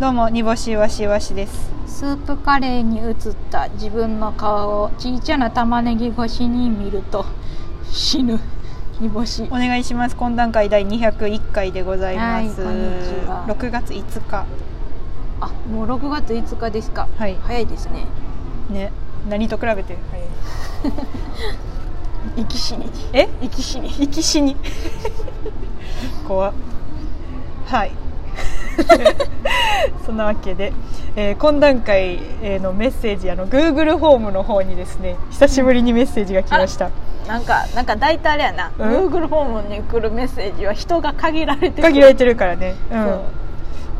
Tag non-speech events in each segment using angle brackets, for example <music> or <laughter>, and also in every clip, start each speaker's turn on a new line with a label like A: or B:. A: どうも煮干しわしわしです
B: スープカレーに映った自分の顔をちいちゃな玉ねぎ越しに見ると死ぬ煮干し
A: お願いします懇談会第201回でございます、
B: はいこんにちは
A: 6月5日
B: あもう6月5日ですか
A: はい
B: 早いですね
A: ね何と比べて、
B: 生き死に
A: え
B: 生き死に
A: 生き死
B: <laughs>
A: に怖っはい
B: <laughs>
A: そんなわけで、えー懇談会へのメッセージあの Google ホームの方にですね久しぶりにメッセージが来ました
B: なんかなんか大体あれやな、
A: うん
B: Google ホームに来るメッセージは人が限られて
A: 限られてるからねう
B: そうん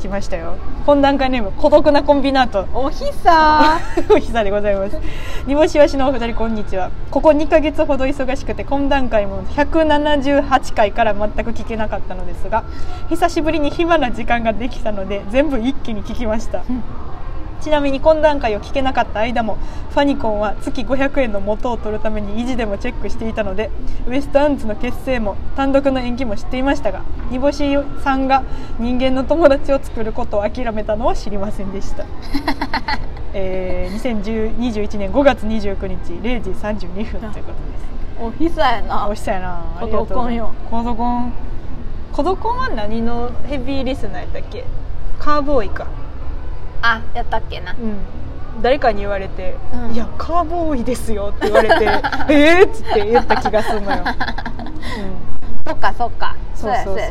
A: 来ましたよ懇談会ネーム孤独なコンビナート
B: おひ
A: <laughs>
B: さ
A: おひさでございます。煮干しわしのお二人、こんにちは。ここ2ヶ月ほど忙しくて、懇談会も178回から全く聞けなかったのですが、久しぶりに暇な時間ができたので、全部一気に聞きました。
B: うん
A: ちなみに懇談会を聞けなかった間もファニコンは月500円の元を取るために維持でもチェックしていたのでウエストアンツの結成も単独の延期も知っていましたが煮干しさんが人間の友達を作ることを諦めたのは知りませんでした。えー、2021年5月29日0時32分ということです。
B: おひさやな
A: おしさやな。
B: 孤独婚よ
A: コドコン。コドコンは何のヘビーリスナーやったっけ？カーボーイか。
B: あやったっけな
A: うん。誰かに言われて、
B: うん
A: いやカーボーイですよって言
B: <laughs>
A: われて、えーっつって言った気がするのよ。
B: そっかそっか
A: そうそうそう
B: やややや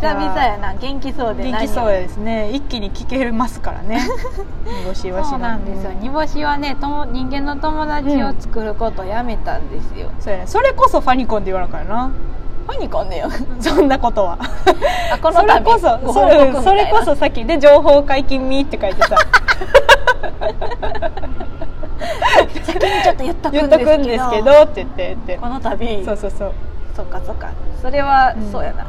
B: 久々やな元気そう
A: うん、
B: で
A: 元
B: 何より
A: 気そうやですね。一気に聞けますからね。煮干しわし
B: <laughs> そうなんですよ煮干しはねとも人間の友達を作ることをやめたんですよ、
A: そうやね。それこそファニコンで言わなからな。
B: ファニコンだよ
A: そんなことは。
B: あこの
A: それ
B: 度
A: こ
B: ご
A: そ
B: 報
A: そ
B: 告みたい
A: れ
B: な
A: それこそさっきで情報解禁みって書いてさ
B: <laughs> 先にちょっと言っとく
A: 言
B: ん
A: っ
B: です
A: とくんです
B: けど
A: けどって言ってって
B: この度
A: そ
B: そう
A: そうそう
B: っかそっかそれは、
A: うん
B: そうやな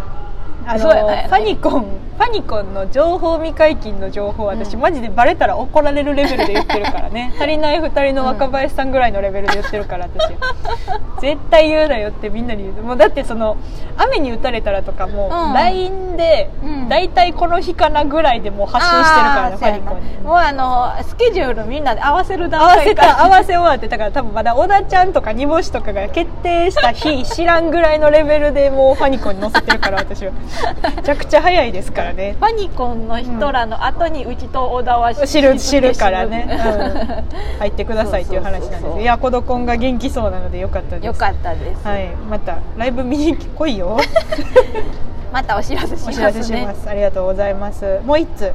A: あの
B: そうやね
A: ファニコンファニコンの情報未解禁の情報は私、
B: うん
A: マジでバレたら怒られるレベルで言ってるから
B: <laughs>
A: ね足りない2人の若林さんぐらいのレベルで言ってるから私絶対言うなよってみんなに言うもうだってその雨に打たれたらとかも、
B: うん
A: LINE で
B: うん
A: 大体、この日かなぐらいでもう発信してるからね
B: あ
A: フ
B: ーそう
A: ァ
B: や
A: ニ
B: な
A: コンに
B: もうあのスケジュールみんなで合わせる段
A: 合わ
B: <laughs>
A: せ
B: 階
A: た
B: か
A: 合わせ終わってだから多分まだ小田ちゃんとか煮干しとかが決定した日知らんぐらいのレベルでもうファニコンに載せてるから私はめちゃくちゃ早いですからね
B: ファニコンの人らの後にうちと小田は
A: 知る知るから
B: <laughs> 知る
A: ね、うん入ってくださいっていう話
B: そ
A: な
B: うんそ
A: で
B: うそうそう
A: すいやコドコンが元気そうなのでよかったです
B: よかったです、
A: はいまたライブ見に来いよ
B: またお知ら <laughs> せし
A: お
B: ますね
A: 知らせしますありがとうございますもう一通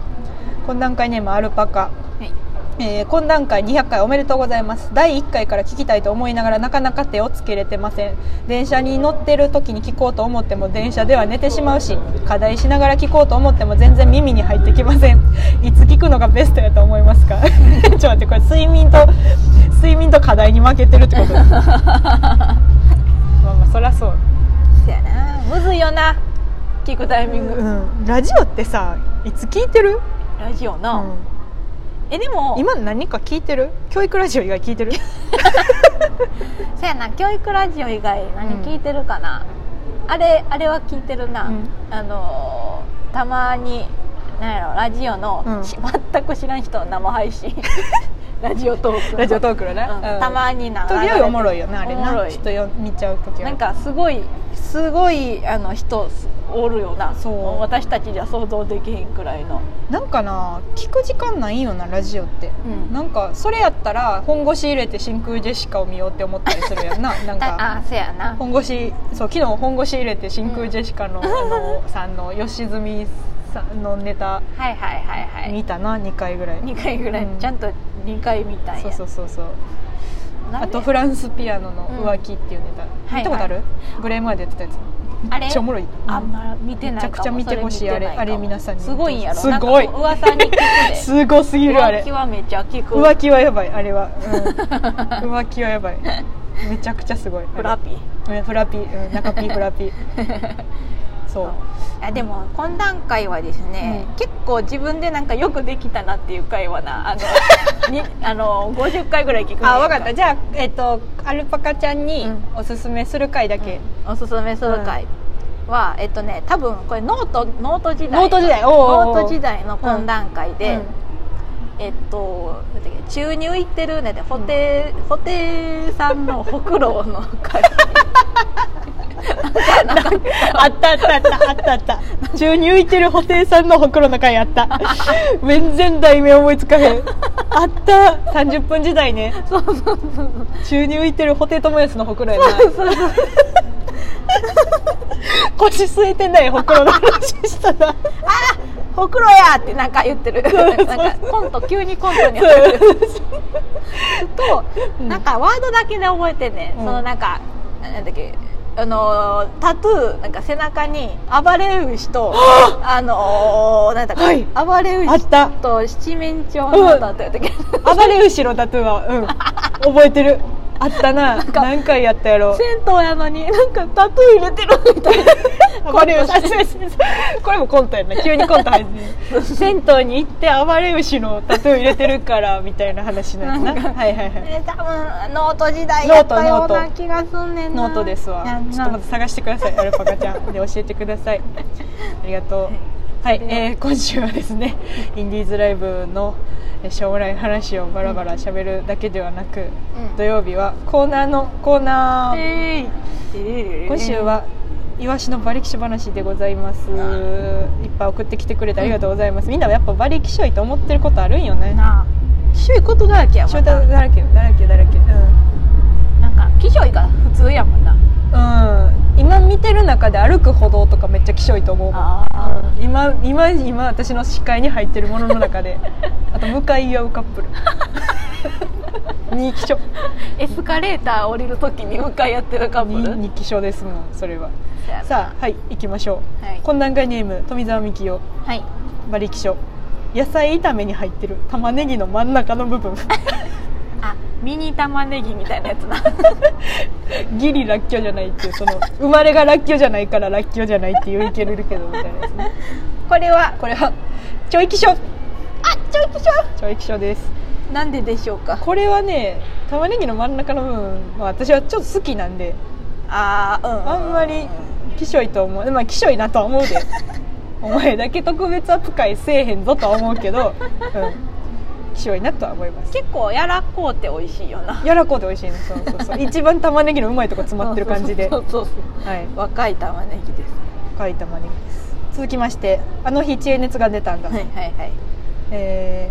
A: 懇談会ネームアルパカ
B: はい
A: えー懇談会200回おめでとうございます第1回から聞きたいと思いながらなかなか手をつけれてません電車に乗ってる時に聞こうと思っても電車では寝てしまうし課題しながら聞こうと思っても全然耳に入ってきませんいつ聞くのがベストやと思いますか <laughs> ちょっと待ってこれ睡眠と睡眠と課題に負けてるって <laughs> ことですまあまあそりゃそう
B: そやなむずいよな聞くタイミング、
A: うんラジオってさいつ聞いてる、
B: ラジオ
A: う
B: な、
A: ん
B: えでも
A: 今何か聞いてる教育ラジオ以外聞いてる
B: そやな教育ラジオ以外何聞いてるかな、あれあれは聞いてるな、
A: うん
B: あのーたまになんやろラジオの、
A: うん
B: し全く知らん人の生
A: <laughs>
B: 配信ラジオトークの
A: ラジオトークのね、
B: うん
A: うん
B: たまにな
A: とりあえずおもろいよなあれ
B: おもろ
A: ないちょっとよ見ちゃう時は
B: なんかすごいすごいあの人おるよな
A: そう
B: 私たちじゃ想像できへんくらいの、
A: なんかな聞く時間ないよなラジオって
B: うん
A: なんかそれやったら本腰入れて真空ジェシカを見ようって思ったりするやん
B: <laughs>
A: ななんか
B: ああせやな
A: 本腰そう昨日本腰入れて真空ジェシカの,、あのさんの吉住さんのネタ
B: はいはいはいはい
A: 見たな2回ぐらい
B: 2回ぐらい、
A: うん
B: ちゃんと2回みたいな
A: そうそうそうそうあと
B: フ
A: フランスピアノの浮気っていうネタ、
B: いは
A: 見
B: い
A: たことある、グレームアでやってたやつ
B: あれ
A: めっちゃおもろい
B: あんま見て
A: め
B: ない
A: ちゃ
B: かも
A: くちゃ見てほしい
B: そ
A: あ
B: れ
A: れ
B: 見てないかも
A: あれ皆さんに
B: すごいんやろ
A: すごい
B: なんか噂に聞くです
A: ごすぎるあれ
B: 浮気はめっちゃ聞く
A: 浮気はやばいあれ <laughs> は、うん浮気はやばいめちゃくちゃすごい
B: フラピー
A: あれうんフラピうん中ピフラピ <laughs> そう
B: あでも懇談会はですね、結構自分でなんかよくできたなっていう会話な <laughs> あのにあの50回ぐらい聞く
A: あ分かったじゃあえっとアルパカちゃんにおすすめする回だけ、
B: おすすめする会、はえっとね多分これノートノート時代
A: ノート時代おうおうおう
B: ノート時代の懇談会で、
A: うん
B: えっとなんだっけ注入行ってるねで布袋布袋さんのほくろの会
A: <laughs> あったあったあったあったあった中に浮いてる布袋さんのほくろの回あ <laughs> った全然題名思いつかへんあった30分時代ねそうそうそう中に浮いてる布袋寅泰のほくろやな腰据えてないほくろの話した <laughs> な
B: <laughs> ほくろやってなんか言ってるなんかコント急にコントに入ると、
A: うん
B: なんかワードだけで覚えてんね、
A: うん
B: そのなんかなんだっけあのータトゥーなんか背中に暴れ牛とあのーなんだっけ、
A: はい
B: 暴れ
A: あっ
B: 牛
A: た
B: と七面鳥のタトゥーだっけ、
A: 暴れ牛のタトゥーはうん覚えてるあったな
B: か
A: 何回やったやろ
B: 銭湯やのになんかタトゥー入れてるみたいな
A: <laughs> 暴れ牛あそうそうそうこれもコントやな急にコント入ってる銭湯に行って暴れ牛のタトゥー入れてるからみたいな話なんやなはいはいはい
B: え多分ノート時代やったよう
A: ノートノー
B: な
A: ト
B: 気がすんねんな
A: ノートですわ
B: やんな
A: ちょっとまた探してくださいアルパカち <laughs> ゃんで教えてくださいありがとうはい、えー今週はですねインディーズライブのえーしょうもない話をバラバラしゃべるだけではなく、
B: うん
A: 土曜日はコーナーのコーナー、
B: えー
A: 今週はイワシの馬力書話でございますいっぱい送ってきてくれてありがとうございます、みんなやっぱ馬力書いと思ってることあるんよね
B: なあきしょいことだらけやも
A: 書
B: ん
A: だ
B: な
A: らけよだらけだらけうん
B: なんかきしょいが普通やもんな
A: うん、今見てる中で歩く歩道とかめっちゃきしょいと思うもん
B: ああ
A: 今今今私の視界に入ってるものの中 <laughs> であと向かい合うカップ <laughs> ル二気象
B: エスカレーター降りるときに向かいやってるカップル
A: 二気象ですもんそれは
B: そうやな
A: さあはい行きましょう、
B: はい
A: 懇談会ネーム富澤美樹よ
B: はい
A: 馬力書野菜炒めに入ってる玉ねぎの真ん中の部
B: <laughs>
A: 分
B: あミニ玉ねぎみたいなやつな
A: ギリらっきょうじゃないっていうその生まれがらっきょうじゃないかららっきょうじゃないって言いけるけどみたいなですね
B: これは
A: <laughs> これはちょい気象
B: あちょいきしょ
A: ちょい気象です
B: いなんででしょうか
A: これはね玉ねぎの真ん中の部分は私はちょっと好きなんで
B: ああうん
A: あんまりきしょいと思うまあきしょいなとは思う
B: <laughs>
A: でお前だけ特別扱いせえへんぞとは思うけど、うん、きしょいなとは思います
B: 結構やらこうて美味しいよな
A: やらこうで美味しいねそうそうそ
B: <laughs>
A: う一番玉ねぎのうまいとこ詰まってる感じで
B: そうそうそうそう
A: はい
B: 若い玉ねぎです
A: 深い玉ねぎです続きましてあの日知恵熱が出たんだ、
B: はいはいはい
A: え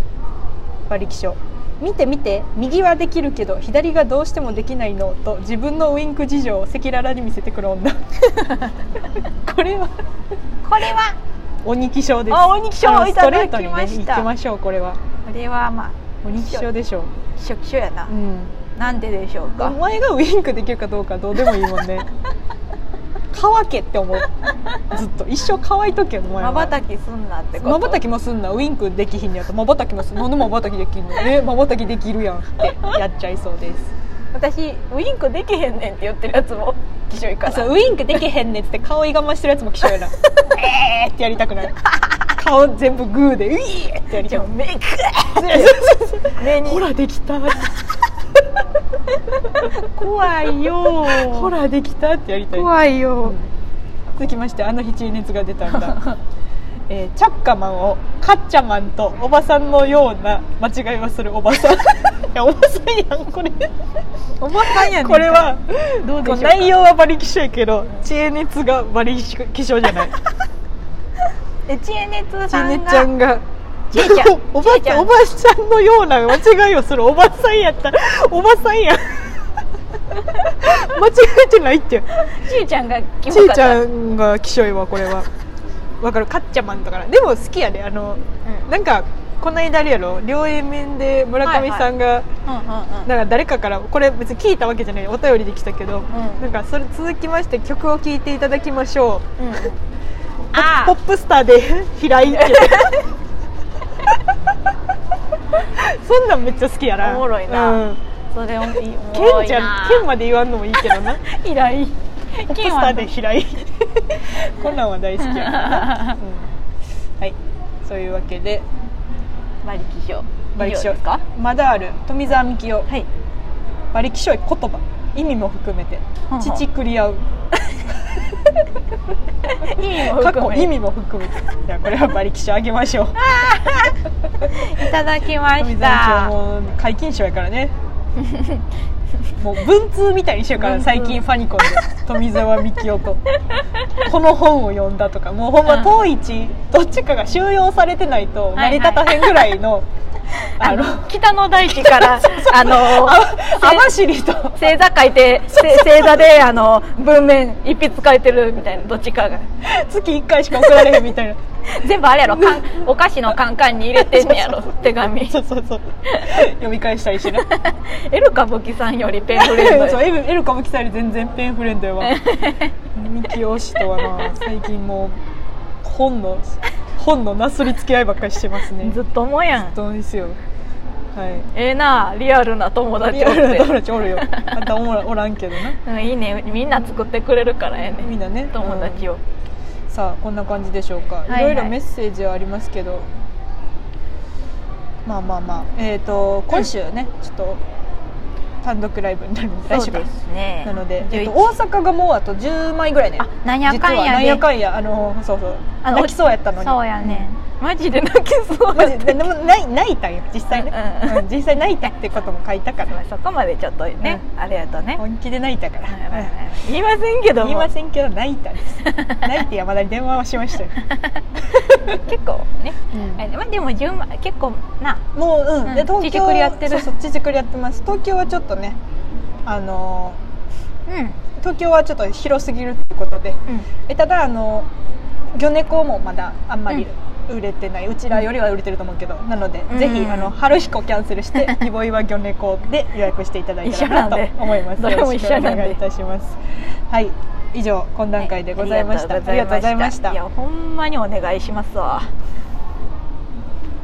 A: ー、馬力書見て見て右はできるけど左がどうしてもできないのと自分のウインク事情を赤裸々に見せてくる
B: <laughs>
A: 女これは
B: これは
A: 鬼気象です
B: あ鬼気象
A: あのストレートに
B: いただ
A: ね
B: きました
A: 行きましょうこれは
B: これはまあ
A: 鬼気象でしょう、
B: 初期やな、
A: うん、
B: なんででしょう
A: お
B: か
A: 前がウインクできるかどうかどうでもいいもんね
B: <laughs>
A: 乾けって思うずっと一生乾いとけお前は
B: まばたきすんなってこと
A: まばたきもすんなウインクできひんのやとまばたきもすんな何まばたきできんの <laughs> えまばたきできるやんってやっちゃいそうです
B: 私ウインクできへんねんって言ってるやつもきしょいか
A: あ
B: ら
A: そうウインクできへんねんっつって顔いがましてるやつもきしょ <laughs> やなえーってやりたくなる顔全部グーでウィーってやり
B: じ
A: た
B: ゃあ
A: く
B: メイク
A: なるそうそうそう
B: 目に
A: ほらできた
B: 怖いよ
A: ほらできたってやりたい
B: 怖いよ
A: 続きましてあの日中熱が出たんだ <laughs> えーチャッカマンをカッチャマンとおばさんのような間違いをするおばさん <laughs> いやおばさんやんこれ
B: おばさんやねん
A: これは
B: どうでしょうか
A: 内容は馬力書やけど知恵熱が馬力書じゃない
B: え知恵熱
A: 知
B: さ
A: 恵
B: ん
A: 熱ちゃ
B: が
A: んが
B: 知恵ちゃん
A: おば
B: 知恵ちゃん
A: おばちゃんのような間違いをするおばさんやったおばさんや間違えてないって
B: ちえちゃんがキ
A: ち
B: モ
A: い
B: かっ
A: ち
B: た
A: ゃんがきしょいわこれはわかるカッチャマンとかなでも好きやであのなんかこの間あれやろ両 A 面で村上さんが、
B: うんうんうん
A: なんか誰かからこれ別に聞いたわけじゃないお便りで来たけど、
B: ん
A: なんかそれ続きまして曲を聴いていただきましょう
B: うんうん
A: ポ
B: あ
A: ポップスターで <laughs> 平
B: <laughs>
A: 井ってそんなんめっちゃ好きやな
B: おもろいな
A: うん、
B: それをいいおもろ
A: ケン
B: い
A: じ
B: な
A: ゃんケンまで言わんのもいいけど
B: <laughs>
A: な
B: 以来
A: ポップスターで平井 <laughs> こんなんは大好きやから
B: <laughs>
A: な、うんはいそういうわけで
B: 馬力書
A: 馬力
B: 以上
A: 書
B: ですか
A: まだある富澤美樹を
B: はい
A: 馬力書い言葉意味も含めて
B: はんはん
A: 父くり合う
B: 意味も
A: 過去
B: 含め
A: 意味も含めてじゃあこれは馬力賞あげま
B: <laughs>
A: しょう
B: いただきま
A: 富
B: し
A: 山町
B: た
A: もう解禁賞やから
B: <laughs>
A: ねもう文通みたいにしてるから
B: 文通
A: 最近ファニコンで富澤幹雄とこの本を読んだとかもうほんま当一どっちかが収容されてないと成り立たへんぐらいの、
B: あ
A: あの
B: の北の大地から
A: <laughs>
B: あの
A: 網走と
B: 正座書いてせ正座であの文面一筆書いてるみたいなどっちかが
A: 月1回しか送られへんみたい
B: <laughs>
A: な
B: 全部あれやろかんお菓子のカンカンに入れてんねやろ手
A: <laughs>
B: 紙 <laughs>
A: そうそうそう読み返したりしてな
B: エル歌舞伎さんよりペンフレン
A: <laughs>
B: ド
A: そう
B: や
A: エルエル歌舞伎さんより全然ペンフレンドや
B: <laughs>
A: わミキオ氏とはな最近もう本の本のなすりつけ合いばっかりしてますね
B: ずっともやん
A: どうですよはい
B: ええなあリアルな友達
A: リ
B: お
A: ア
B: っ
A: ルな
B: て
A: 友達おる
B: <laughs>
A: よあんたおらおらんけどな
B: うんいいねみんな作ってくれるからええね
A: みんなね
B: 友達を、
A: さあこんな感じでしょうか、
B: い
A: い
B: はい
A: ろいろメッセージはありますけどまあまあまあえっ、と今週ね、ちょっと単独ライブになるんで来
B: そ
A: 週
B: う
A: か
B: ですね
A: なので、えっと、
B: 11
A: 大阪がもうあと10枚ぐらいね
B: あなんやかん
A: 実は
B: や
A: なんや
B: で
A: かんやあのそうそう
B: あの
A: 泣きそうやったのに
B: そうやねマジで泣きそう
A: マジででもない泣いたんよ実際ね、
B: うんうん
A: うん実際泣いたってことも書いたから
B: まあそこまでちょっとね、あれやとね、
A: 本気で泣いたから、
B: 言いませんけど
A: 言い
B: も
A: ませんけど泣いたんです
B: <laughs>
A: 泣いて山田に電話をしましたよ、
B: 結構ね、
A: うん
B: あれまあ、でも10万結構な
A: もううん、
B: うん
A: で東京
B: ちちくりやってる
A: そうそうちちくりやってます東京はちょっとねあの
B: うん
A: ー東京はちょっと広すぎるってことで
B: う
A: えただあの魚猫もまだあんまり売れてない、うちらよりは売れてると思うけどなので、
B: うん
A: ぜひあの春彦キャンセル
B: <laughs>
A: して「イボイは魚猫」で予約していただいたら
B: 一緒なん
A: な
B: で
A: と思います
B: どれも一緒なんで
A: よろしくお願いいたしますはい以上懇
B: ん
A: 談会でございました、
B: はいありがとうございましたい
A: ありがとうございました
B: やほんまにお願いしますわ